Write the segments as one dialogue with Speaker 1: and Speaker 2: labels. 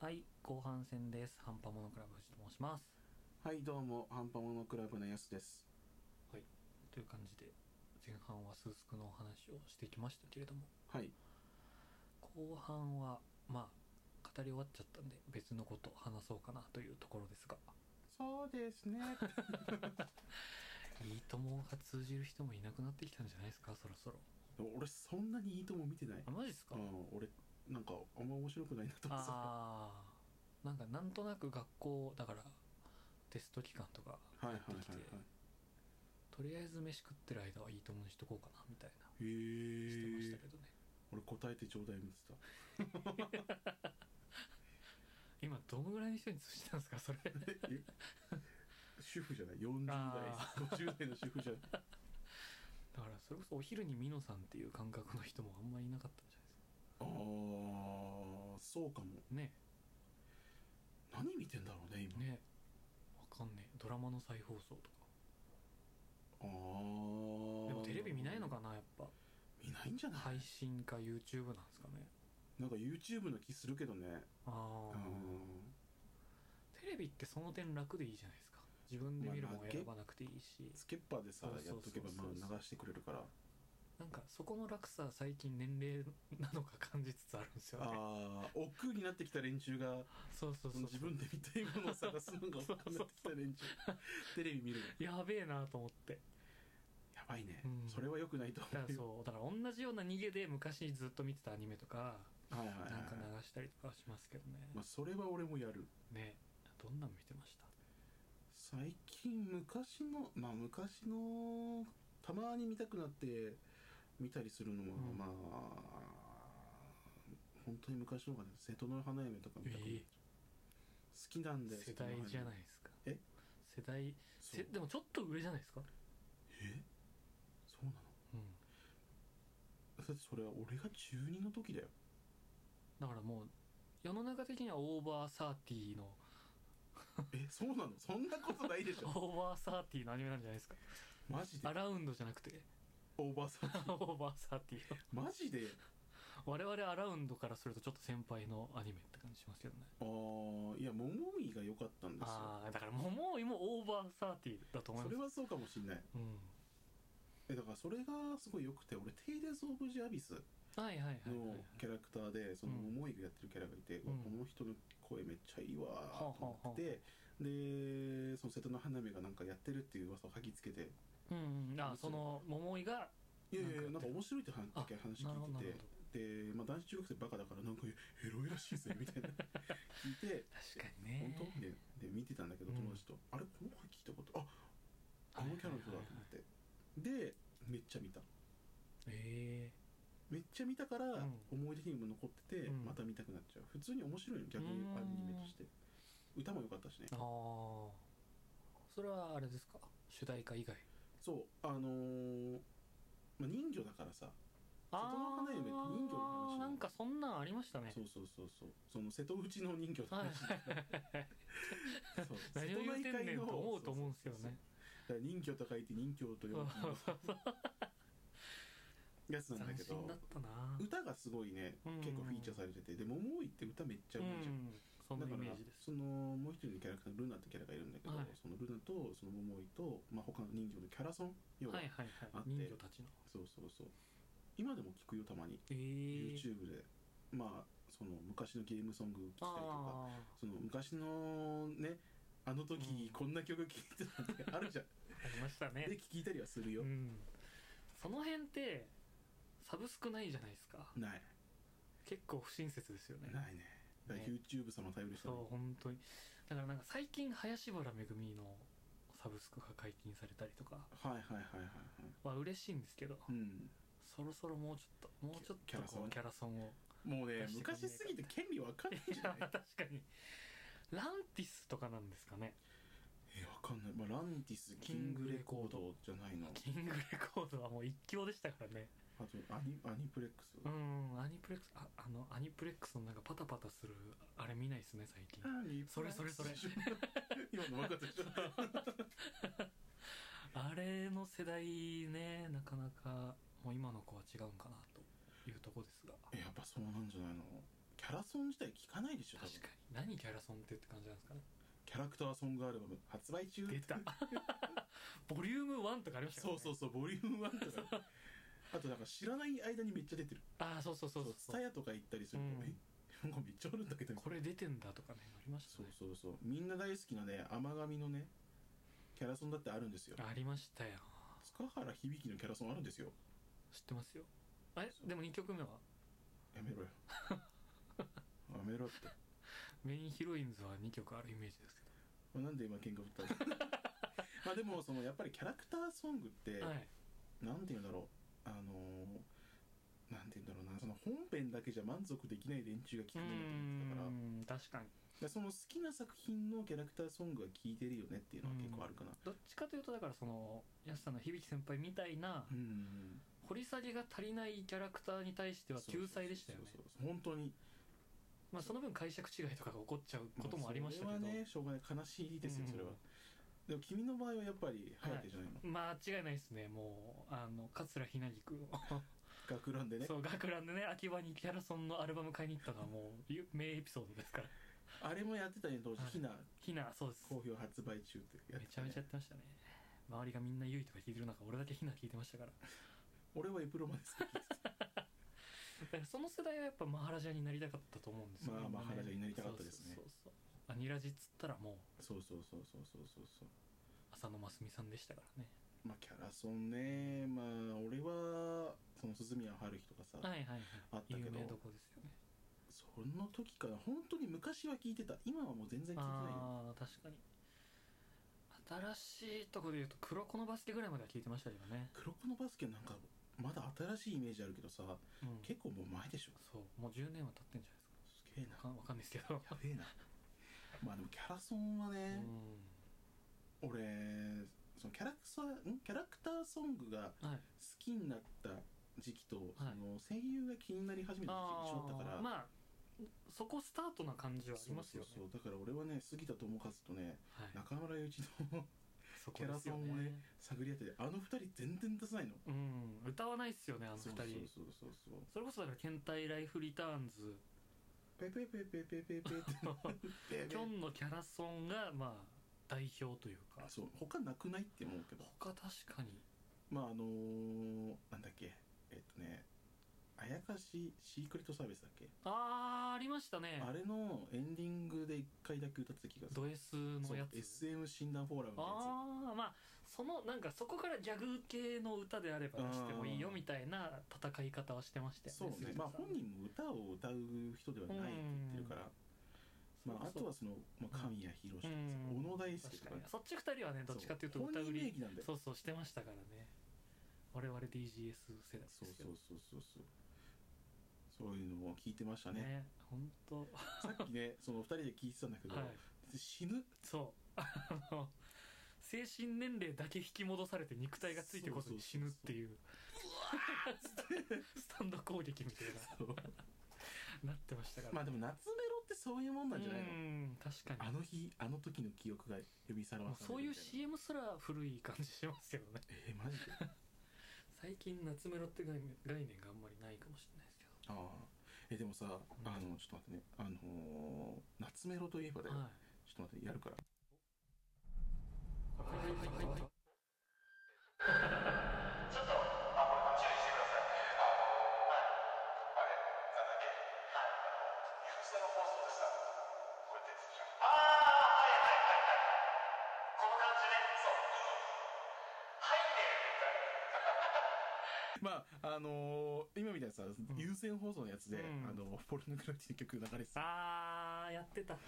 Speaker 1: はい、後半戦です。半端モノクラブ藤と申します。
Speaker 2: はいどうもハンパモノクラブのやすです
Speaker 1: という感じで、前半はスースクのお話をしてきましたけれども、
Speaker 2: はい
Speaker 1: 後半は、まあ、語り終わっちゃったんで、別のことを話そうかなというところですが、
Speaker 2: そうですね
Speaker 1: いいともが通じる人もいなくなってきたんじゃないですか、そろそろ。
Speaker 2: 俺そんなにいいとも見てない
Speaker 1: あ、マジ ですか、
Speaker 2: うん俺なんかあんま面白くないなと思ってた
Speaker 1: ああ、なんかなんとなく学校、だから、テスト期間とか
Speaker 2: はい
Speaker 1: や
Speaker 2: はい
Speaker 1: って
Speaker 2: はい
Speaker 1: きて、
Speaker 2: は
Speaker 1: とりあえず飯食ってる間はいいともにしとこうかな、みたいな、
Speaker 2: い
Speaker 1: してま
Speaker 2: へ
Speaker 1: した
Speaker 2: え
Speaker 1: けどね。
Speaker 2: 俺答えてちょうだい見てた
Speaker 1: 今どのぐらいの人に通じたんですかそれ
Speaker 2: え主婦じゃない40代
Speaker 1: あ
Speaker 2: 50代の主婦じゃない
Speaker 1: だからそれこそお昼にミノさんっていう感覚の人もあんまりいなかったんじゃないですか
Speaker 2: あーそうかも
Speaker 1: ね
Speaker 2: 何見てんだろうね今
Speaker 1: ねわかんねえドラマの再放送とか
Speaker 2: ああで
Speaker 1: でも
Speaker 2: も
Speaker 1: テレビ見ないのかなやっぱ
Speaker 2: 見ないんじゃない、
Speaker 1: 配信か YouTube なんですかね
Speaker 2: なんか YouTube の気するけどね
Speaker 1: あ
Speaker 2: う
Speaker 1: あ、
Speaker 2: ん
Speaker 1: テレビってその点楽でいいじゃないですか自分で見るも
Speaker 2: ま
Speaker 1: の
Speaker 2: あまあ
Speaker 1: 選ばなくていいし
Speaker 2: スケッパーでさ
Speaker 1: そう
Speaker 2: や
Speaker 1: そ
Speaker 2: っ
Speaker 1: うそ
Speaker 2: と
Speaker 1: う
Speaker 2: けばまあ
Speaker 1: そう
Speaker 2: 流
Speaker 1: そう
Speaker 2: してくれるから
Speaker 1: なんかそこの楽さ最近年齢なのか感じつつあるんですよね
Speaker 2: ああ億劫になってきた連中が
Speaker 1: そうそう
Speaker 2: そ
Speaker 1: そう
Speaker 2: の自分で見たいものを探すのが億劫になってきた 連中テレビ見るの
Speaker 1: やべえなと思って
Speaker 2: やばいね、
Speaker 1: うん
Speaker 2: それは良くないと思
Speaker 1: だから
Speaker 2: うよ
Speaker 1: そ うだから同じような逃げで昔ずっと見てたアニメとか
Speaker 2: はいはいはい
Speaker 1: なんか
Speaker 2: は
Speaker 1: 流したりとかはしますけどね
Speaker 2: い、まあ、それは俺もやる
Speaker 1: ねどんなん見てました
Speaker 2: 最近昔のまあ昔のたまに見たくなって見たりするのは、
Speaker 1: うん
Speaker 2: まあ本当に昔の方がね瀬戸の花嫁とか見たくなっちゃう
Speaker 1: ええ
Speaker 2: 好きなんだよ
Speaker 1: 世代じゃないいですか
Speaker 2: え
Speaker 1: 世代
Speaker 2: そ
Speaker 1: せ
Speaker 2: う
Speaker 1: でもちょっと上じゃないですか
Speaker 2: えそうなの
Speaker 1: うん
Speaker 2: だってそれは俺が中二の時だよ
Speaker 1: だからもう世の中的にはオーバーサーティーの
Speaker 2: えそうなのそんなことないでし
Speaker 1: オ
Speaker 2: ょ
Speaker 1: ーバーサーティーのアニメなんじゃないですか
Speaker 2: マジで
Speaker 1: アラウンドじゃなくて
Speaker 2: オーバーさ
Speaker 1: オ
Speaker 2: ん
Speaker 1: ー バーサーティーの
Speaker 2: マジで
Speaker 1: 我々アラウンドからするとちょっと先輩のアニメって感じしますけどね
Speaker 2: ああいや桃井が良かったんですよ
Speaker 1: ああだから桃井もオーバーサーティーだと思い
Speaker 2: そ
Speaker 1: ま
Speaker 2: れ
Speaker 1: す
Speaker 2: はそうかもしんない
Speaker 1: うん
Speaker 2: えだからそれがすごい良くて俺「テイデス・オブ・ジ・アビス
Speaker 1: はいはい」はいはい、は
Speaker 2: の
Speaker 1: い
Speaker 2: キャラクターでその
Speaker 1: うん
Speaker 2: 桃井がやってるキャラがいて、
Speaker 1: うん
Speaker 2: わこの人の声めっちゃいいわ
Speaker 1: はあはあは
Speaker 2: ー
Speaker 1: あ
Speaker 2: と思っててでその瀬戸の花嫁がなんかやってるっていう噂を吐きつけて
Speaker 1: うんうん、あその桃井が
Speaker 2: いやいやいや
Speaker 1: なか
Speaker 2: なんんか
Speaker 1: やってる
Speaker 2: 面白いって話
Speaker 1: あ
Speaker 2: 話
Speaker 1: なるほど
Speaker 2: 聞い
Speaker 1: なる
Speaker 2: ててで、まあ、男子中学生バカだからなんかエロいらしいぜ みたいな聞いて
Speaker 1: 確かに
Speaker 2: 本
Speaker 1: ね
Speaker 2: 当でで見てたんだけど
Speaker 1: うん
Speaker 2: 友達と、あれこの声聞いたことああのキャラの人だと思って、でめっちゃ見た
Speaker 1: ええ
Speaker 2: めっちゃ見たから、
Speaker 1: うん
Speaker 2: 思い出にも残ってて、
Speaker 1: うん
Speaker 2: また見たくなっちゃう普通に面白いの逆
Speaker 1: う
Speaker 2: に
Speaker 1: ん
Speaker 2: アニメとして歌も良かったしね
Speaker 1: ああそれはあれですか主題歌以外
Speaker 2: そうあのーまあ、人魚だからさ、の花嫁って人魚の話なの
Speaker 1: なんかそんなんありましたね
Speaker 2: そうそうそうそうその瀬戸内の人魚の話、 そう
Speaker 1: 何を言うてんねんと思うと思うんですよね
Speaker 2: だから人魚と書いて人魚と呼ぶ やつなんだ
Speaker 1: 斬
Speaker 2: け
Speaker 1: 新だっ
Speaker 2: ど
Speaker 1: たな
Speaker 2: 歌がすごいね、
Speaker 1: うん
Speaker 2: 結構フィーチャーされててで桃井って歌めっちゃ
Speaker 1: う
Speaker 2: うまいじゃん、
Speaker 1: んそんなイ
Speaker 2: だか
Speaker 1: メ
Speaker 2: ら
Speaker 1: ージです
Speaker 2: そのもう一人のキャラクターのルナってキャラがいるんだけど、
Speaker 1: はい
Speaker 2: そのルナとその桃井と、まあ、他の人魚のキャラソン要は、
Speaker 1: はいはいはい
Speaker 2: あって
Speaker 1: 人魚たちの
Speaker 2: そうそうそう今でも聞くよたまに
Speaker 1: ええ
Speaker 2: YouTube で、まあその昔のゲームソング聞いたりとか
Speaker 1: ああ
Speaker 2: その昔のねあの時こんな曲聴いてたのってあるじゃん、
Speaker 1: ありました
Speaker 2: で
Speaker 1: ね
Speaker 2: 聴いたりはするよ、
Speaker 1: うんその辺ってサブスクないじゃないですか
Speaker 2: ない
Speaker 1: 結構不親切ですよね
Speaker 2: ないねだから
Speaker 1: ね
Speaker 2: YouTube 様頼りした
Speaker 1: そう
Speaker 2: の
Speaker 1: 本当にだからなんか最近林原めぐみのサブスクが解禁されたりとか
Speaker 2: はいはいはいはいは
Speaker 1: は嬉しいんですけど、
Speaker 2: いうん
Speaker 1: そろそろもうちょっともうちょっ
Speaker 2: キャ
Speaker 1: と
Speaker 2: ラソ
Speaker 1: こ
Speaker 2: ン
Speaker 1: うキャラソン を
Speaker 2: もう
Speaker 1: 出してくんね
Speaker 2: ね
Speaker 1: えか
Speaker 2: 昔すぎて権利わ かんないんじゃ
Speaker 1: い
Speaker 2: な
Speaker 1: や
Speaker 2: い
Speaker 1: 確かにランティスとかなんですかね
Speaker 2: えわかんない、まあ、ランティスキングレコードじゃないの
Speaker 1: キングレコードはもう一強でしたからね
Speaker 2: あとアニアニプレックス、
Speaker 1: うんアニプレックスああのアニプレックスのなんかパタパタするあれ見ないですね最近
Speaker 2: アニプレックス
Speaker 1: それそれそれ
Speaker 2: 今の分かっ たでしょ
Speaker 1: あれの世代ねなかなかもう今の子は違うんかなというとこですが
Speaker 2: えやっぱそうなんじゃないのキャラソン自体聞かないでしょ多分
Speaker 1: 確かに何キャラソンってって感じなん ですかね
Speaker 2: キャラクターソングアルバム発売中
Speaker 1: 出 たボリューム1とかありました
Speaker 2: そうそうそうボリューム1とかあとなんか知らない間にめっちゃ出てる
Speaker 1: ああそうそうそうそう
Speaker 2: ツタヤとか行ったりすると、
Speaker 1: うん
Speaker 2: え なんかめっちゃあるんだけど
Speaker 1: これ出てんだとかねありました
Speaker 2: そ
Speaker 1: ね
Speaker 2: うそうそうみんな大好きなね甘神のねキャラソンだってあるんですよ
Speaker 1: ありましたよ
Speaker 2: 塚原響のキャラソンあるんですよ
Speaker 1: 知ってますよあれ
Speaker 2: そう
Speaker 1: でも2曲目は
Speaker 2: やめ ろよやめろって
Speaker 1: メインヒロインズは2曲あるイメージですけ
Speaker 2: まあなんで今喧嘩振 ったんですかまあでもそのやっぱりキャラクターソングって、
Speaker 1: ど、はい
Speaker 2: なんて言うんだろうあのーなんて言うんだろうなその本編だけじゃ満足できない連中が聴
Speaker 1: う
Speaker 2: くものだと思ってたから
Speaker 1: ん確かに
Speaker 2: でその好きな作品のキャラクターソングが聴いてるよねっていうのは結構あるかな
Speaker 1: どっちかというとだからその安さんの響先輩みたいな
Speaker 2: うん、
Speaker 1: 掘り下げが足りないキャラクターに対しては救済でしたよね
Speaker 2: そうそうそう本当に
Speaker 1: まあその分解釈違いとかが起こっちゃうこともありましたけど、
Speaker 2: まあそれはねしょうがない悲しいですよそれは、
Speaker 1: うん
Speaker 2: でも君の場合はやっぱり颯じゃないの、
Speaker 1: まあ間違いないですねもうあの桂ひなぎ くんを
Speaker 2: 学ランでね
Speaker 1: そう学ランでね秋葉にキャラソンのアルバム買いに行ったのはもうゆ名エピソードですから
Speaker 2: あれもやってたね当時
Speaker 1: はい
Speaker 2: ひな
Speaker 1: ひなそうです
Speaker 2: 好評発売中ってや
Speaker 1: め
Speaker 2: って
Speaker 1: ちゃ
Speaker 2: たね
Speaker 1: めちゃやってましたね周りがみんなゆいとか聞いてる中俺だけひな聞いてましたから
Speaker 2: 俺はエプロマですけど
Speaker 1: だからその世代はやっぱマハラジャになりたかったと思うんですよ
Speaker 2: ま
Speaker 1: み
Speaker 2: あ
Speaker 1: んね
Speaker 2: マハラジャになりたかったですね
Speaker 1: そうそうそうそうアニラジっつったらもう
Speaker 2: そうそうそうそうそうそうそう
Speaker 1: 浅野真澄さんでしたからね
Speaker 2: まあキャラソンねまあ俺はその鈴宮春日とかさ、
Speaker 1: はいはいはい
Speaker 2: あったけど
Speaker 1: 有名どこですよね
Speaker 2: その時から本当に昔は聞いてた今はもう全然聞いてない
Speaker 1: ああ
Speaker 2: よ
Speaker 1: 確かに新しいとこで言うと黒子のバスケぐらいまでは聞いてましたけどね、
Speaker 2: 黒子のバスケなんかまだ新しいイメージあるけどさ
Speaker 1: うん、
Speaker 2: 結構もう前でしょ
Speaker 1: そうもう10年は経ってんじゃないです
Speaker 2: すげえな
Speaker 1: かわかわかんないですけど、
Speaker 2: や べえなまあでもキャラソンは
Speaker 1: う
Speaker 2: ね、
Speaker 1: ん、
Speaker 2: 俺そのキャラクターんキャラクターソングが
Speaker 1: はい
Speaker 2: 好きになった時期と、その声優が気になり始めた時期一緒だったから、
Speaker 1: あーまあそこスタートな感じはありますよね
Speaker 2: そうそうそうだから俺はね杉田智和とね
Speaker 1: はい
Speaker 2: 中村雄一の
Speaker 1: そこですよ
Speaker 2: キャラソンをね探り当ててあの二人全然出さないの
Speaker 1: うん歌わないっすよねあの二
Speaker 2: そう
Speaker 1: 人
Speaker 2: そ
Speaker 1: そう
Speaker 2: そうそうそう
Speaker 1: れこそだから「検体ライフリターンズ
Speaker 2: ペペペペペペペペ」って
Speaker 1: キョンのキャラソンがまあ代表というか
Speaker 2: あそう他なくないって思うけど
Speaker 1: 他確かに
Speaker 2: まああのー、なんだっけえっとねあやかしシークレットサービスだっけ
Speaker 1: あーありましたね
Speaker 2: あれのエンディングで一回だけ歌ってた気がする。
Speaker 1: ド S のや
Speaker 2: そ
Speaker 1: つ
Speaker 2: う SM 診断フォーラムのや
Speaker 1: ああまあそのなんかそこからギャグ系の歌であれば出してもいいよみたいな戦い方はしてました
Speaker 2: つ。
Speaker 1: よね
Speaker 2: そうね
Speaker 1: 鈴。木さ
Speaker 2: まあ
Speaker 1: ん
Speaker 2: 本人も歌を歌う人ではないって言ってるから。まああとはその、まあ、神谷博史とかさ
Speaker 1: う
Speaker 2: 小
Speaker 1: ん
Speaker 2: 野大輔と
Speaker 1: 確
Speaker 2: か
Speaker 1: かにそっち二人はねどっちかっていうと
Speaker 2: そう
Speaker 1: 歌売
Speaker 2: 本人名
Speaker 1: り
Speaker 2: 義なんだよ。
Speaker 1: そうそうしてましたからね我々 DGS 世代で
Speaker 2: そう
Speaker 1: す
Speaker 2: そ
Speaker 1: よ
Speaker 2: うそうそうそう。そういうのも聞いてましたね。
Speaker 1: ね本当は
Speaker 2: さっきね、その二人で聞いてたんだけど、
Speaker 1: い
Speaker 2: 死ぬ。
Speaker 1: そうあの精神年齢だけ引き戻されて肉体がついてこそに死ぬっていうスタンド攻撃みたい
Speaker 2: そう
Speaker 1: ななってましたから
Speaker 2: まあでも夏メロってそういうもんなんじゃない
Speaker 1: う
Speaker 2: の
Speaker 1: ん確かに
Speaker 2: あの日、あの時の記憶が呼びさらわ
Speaker 1: も
Speaker 2: さ
Speaker 1: う
Speaker 2: れる
Speaker 1: そういう
Speaker 2: みた
Speaker 1: CM
Speaker 2: な
Speaker 1: すら古い感じしますけど ね
Speaker 2: えー、マジで
Speaker 1: 最近夏メロって概念概念があんまりないかもしれないですけ
Speaker 2: ああえでもさ、あのちょっと待ってねあのー夏メロといえばだよ、
Speaker 1: どはい
Speaker 2: ちょっと待ってやるから
Speaker 1: はいはいはいはい
Speaker 2: まああのー今みたいなさ、
Speaker 1: ん
Speaker 2: 優先放送のやつで、
Speaker 1: うん
Speaker 2: あのポルノグラフィティの曲流れてた
Speaker 1: あーやってた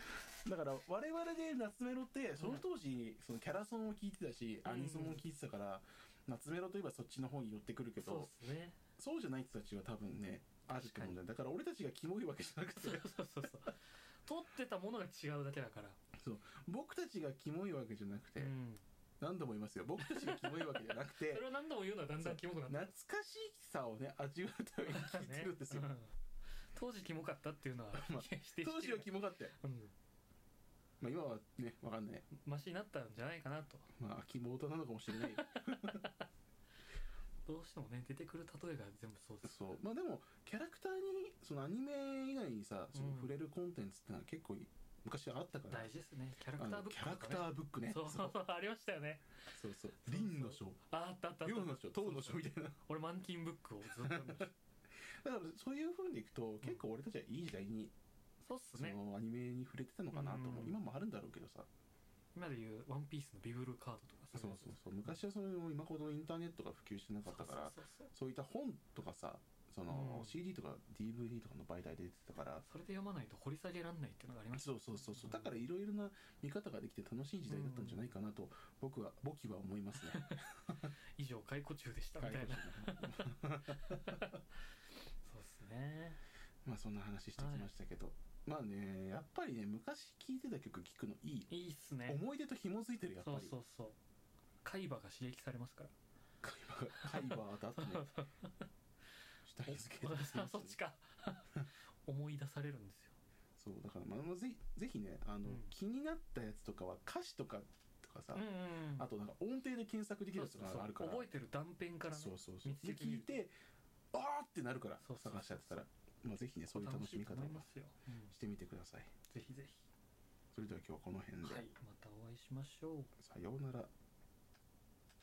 Speaker 2: だから我々で夏メロってその当時、そのキャラソンを聴いてたし、
Speaker 1: うん
Speaker 2: アニソンも聴いてたから夏メロといえばそっちの方に寄ってくるけ
Speaker 1: そう
Speaker 2: ど
Speaker 1: ですね
Speaker 2: そうじゃない人たちは多分ねあると思うんだよだから俺たちがキモいわけじゃなくて
Speaker 1: そうそうそうそう撮ってたものが違うだけだから
Speaker 2: 僕たちがキモいわけじゃなくて、
Speaker 1: うん
Speaker 2: 何度も言いますよ僕たちがキモいわけじゃなくて
Speaker 1: それを何度も言うのはだんだんキモくなって
Speaker 2: 懐かしさをね味わうために聞いてるんですよ、
Speaker 1: ねうん当時キモかったっていうのは
Speaker 2: まあ
Speaker 1: 否定してる
Speaker 2: 当時はキモかったよ、
Speaker 1: うん
Speaker 2: まあ、今はねわかんない
Speaker 1: マシになったんじゃないかなと
Speaker 2: まあキモ大人なのかもしれ ない
Speaker 1: どうしてもね出てくる例えが全部そうです
Speaker 2: そうまあでもキャラクターにそのアニメ以外にさその
Speaker 1: うん
Speaker 2: 触れるコンテンツってのは結構昔あったから
Speaker 1: 大事ですねキャラクター
Speaker 2: あの
Speaker 1: ブッ
Speaker 2: キ
Speaker 1: ク
Speaker 2: ャラクターブックね
Speaker 1: ねそうそうそうありましたよね
Speaker 2: そうそう林の書
Speaker 1: ああったあったあった
Speaker 2: 陽の書唐の書みたいな
Speaker 1: 俺満金ブックをずっと読んでました
Speaker 2: だからそういう風にいくと結構俺たちはいい時代に
Speaker 1: そうっす
Speaker 2: そ
Speaker 1: ね
Speaker 2: のアニメに触れてたのかなと思う、
Speaker 1: うん
Speaker 2: 今もあるんだろうけどさ
Speaker 1: 今でいうワンピースのビブルカードとか
Speaker 2: そうそう
Speaker 1: いやつ
Speaker 2: そう昔はそれも今ほどインターネットが普及してなかったからそ
Speaker 1: そう
Speaker 2: う
Speaker 1: そうそう
Speaker 2: いった本とかさその
Speaker 1: うん
Speaker 2: CD とか DVD とかの媒体で出てたから、
Speaker 1: それで読まないと掘り下げらんないっていうのがありました
Speaker 2: そうそうそうそうだからいろいろな見方ができて楽しい時代だったんじゃないかなと僕は簿記は思いますね
Speaker 1: 以上解雇中で したみ
Speaker 2: 介
Speaker 1: た
Speaker 2: 護
Speaker 1: い
Speaker 2: 士
Speaker 1: な
Speaker 2: ね
Speaker 1: そうっすね
Speaker 2: まあそんな話してきましたけど、まあねやっぱりね昔聴いてた曲聴くのいい、
Speaker 1: いいっすね
Speaker 2: 思い出と紐づいてるやっぱ
Speaker 1: そう
Speaker 2: り
Speaker 1: そうそう海馬が刺激されますから
Speaker 2: カイバーだってね 下着付け
Speaker 1: そっちか 思い出されるんですよ
Speaker 2: そうだからまあぜひぜひねあの、
Speaker 1: うん
Speaker 2: 気になったやつとかは歌詞とかとかさ、
Speaker 1: うんうんうん
Speaker 2: あとなんか音程で検索できるやつ
Speaker 1: そ
Speaker 2: と
Speaker 1: うそうそう
Speaker 2: かがあるから
Speaker 1: 覚えてる断片からね
Speaker 2: そうそうそう
Speaker 1: 見つ
Speaker 2: で
Speaker 1: けてみ
Speaker 2: 聞い
Speaker 1: る
Speaker 2: てあーってなるから
Speaker 1: そうそうそう
Speaker 2: 探しちゃってたら、まあ、ぜひねそういう楽しみ方
Speaker 1: 楽
Speaker 2: も
Speaker 1: と思いますよ、うん
Speaker 2: してみてください
Speaker 1: ぜひぜひ
Speaker 2: それでは今日はこの辺で、
Speaker 1: はいまたお会いしましょう
Speaker 2: さようなら